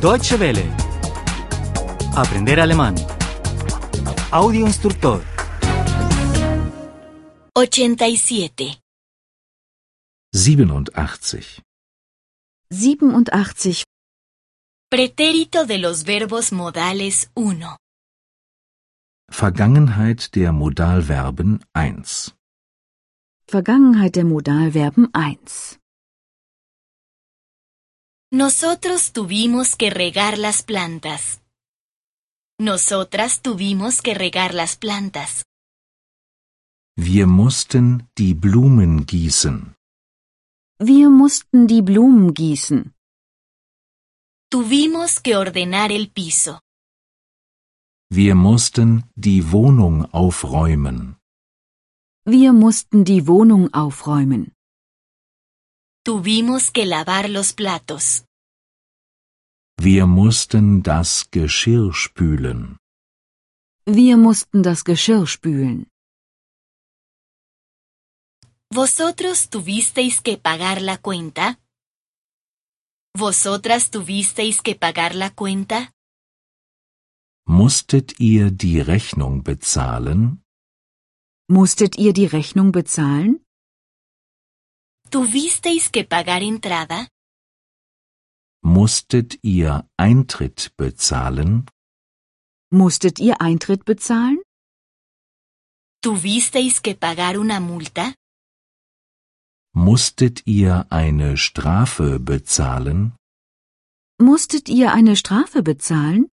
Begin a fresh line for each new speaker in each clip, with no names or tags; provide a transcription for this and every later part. Deutsche Welle. Aprender alemán. Audio instructor.
87.
87.
87.
Pretérito de los verbos modales 1.
Vergangenheit der Modalverben 1.
Vergangenheit der Modalverben 1.
Nosotros tuvimos que regar las plantas. Nosotras tuvimos que regar las plantas.
Wir mussten die Blumen gießen.
Wir mussten die Blumen gießen.
Tuvimos que ordenar el piso.
Wir mussten die Wohnung aufräumen.
Wir mussten die Wohnung aufräumen.
Tuvimos que lavar los platos.
Wir mussten das Geschirr spülen.
Wir mussten das Geschirr spülen.
¿Vosotros tuvisteis que pagar la cuenta? ¿Vosotras tuvisteis que pagar la cuenta?
Musstet ihr die Rechnung bezahlen?
Musstet ihr die Rechnung bezahlen?
¿Tuvisteis que pagar entrada?
Musstet ihr Eintritt bezahlen?
Musstet ihr Eintritt bezahlen?
¿Tuvisteis que pagar una multa?
Musstet ihr eine Strafe bezahlen?
Musstet ihr eine Strafe bezahlen?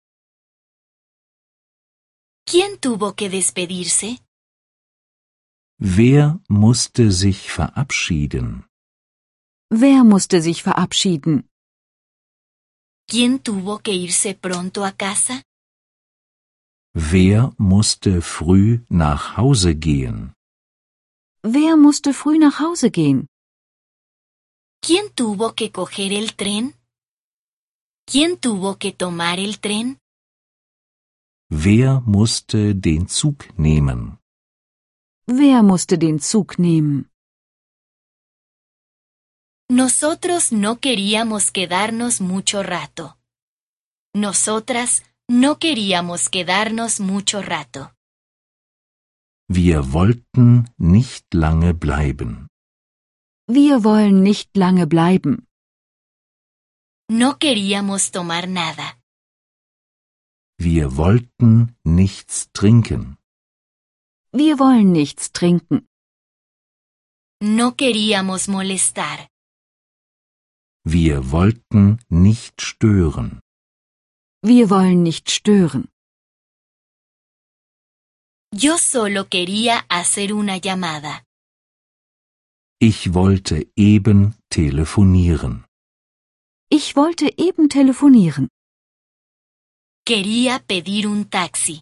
¿Quién tuvo que despedirse?
Wer musste sich verabschieden?
Wer musste sich verabschieden?
¿Quién tuvo que irse pronto a casa?
Wer musste früh nach Hause gehen?
Wer musste früh nach Hause gehen?
¿Quién tuvo que coger el tren? ¿Quién tuvo que tomar el tren?
Wer musste den Zug nehmen?
Wer musste den Zug nehmen?
Nosotros no queríamos quedarnos mucho rato. Nosotras no queríamos quedarnos mucho rato.
Wir wollten nicht lange bleiben.
Wir wollen nicht lange bleiben.
No queríamos tomar nada.
Wir wollten nichts trinken.
Wir wollen nichts trinken.
No queríamos molestar.
Wir wollten nicht stören.
Wir wollen nicht stören.
Yo solo quería hacer una llamada.
Ich wollte eben telefonieren.
Ich wollte eben telefonieren.
Quería pedir un taxi.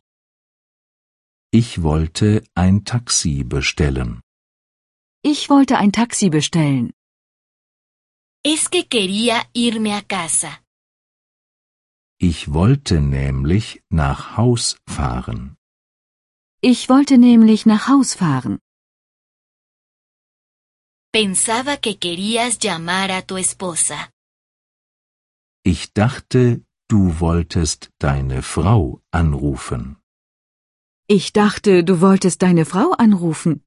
Ich wollte ein Taxi bestellen.
Ich wollte ein Taxi bestellen.
Es que quería irme a casa.
Ich wollte nämlich nach Haus fahren.
Ich wollte nämlich nach Haus fahren.
Pensaba que querías llamar a tu esposa.
Ich dachte, du wolltest deine Frau anrufen.
Ich dachte, du wolltest deine Frau anrufen.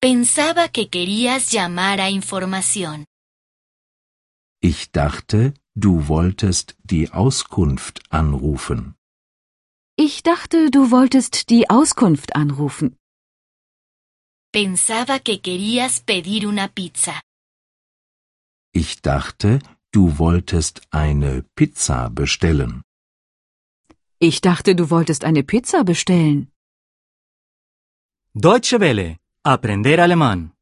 Pensaba que querías llamar a información.
Ich dachte, du wolltest die Auskunft anrufen.
Ich dachte, du wolltest die Auskunft anrufen.
Pensaba que querías pedir una pizza.
Ich dachte, du wolltest eine Pizza bestellen.
Ich dachte, du wolltest eine Pizza bestellen.
Deutsche Welle. Aprender alemán.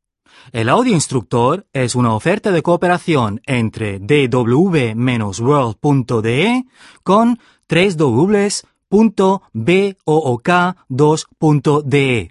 El audio instructor es una oferta de cooperación entre dw-world.de con 3 2de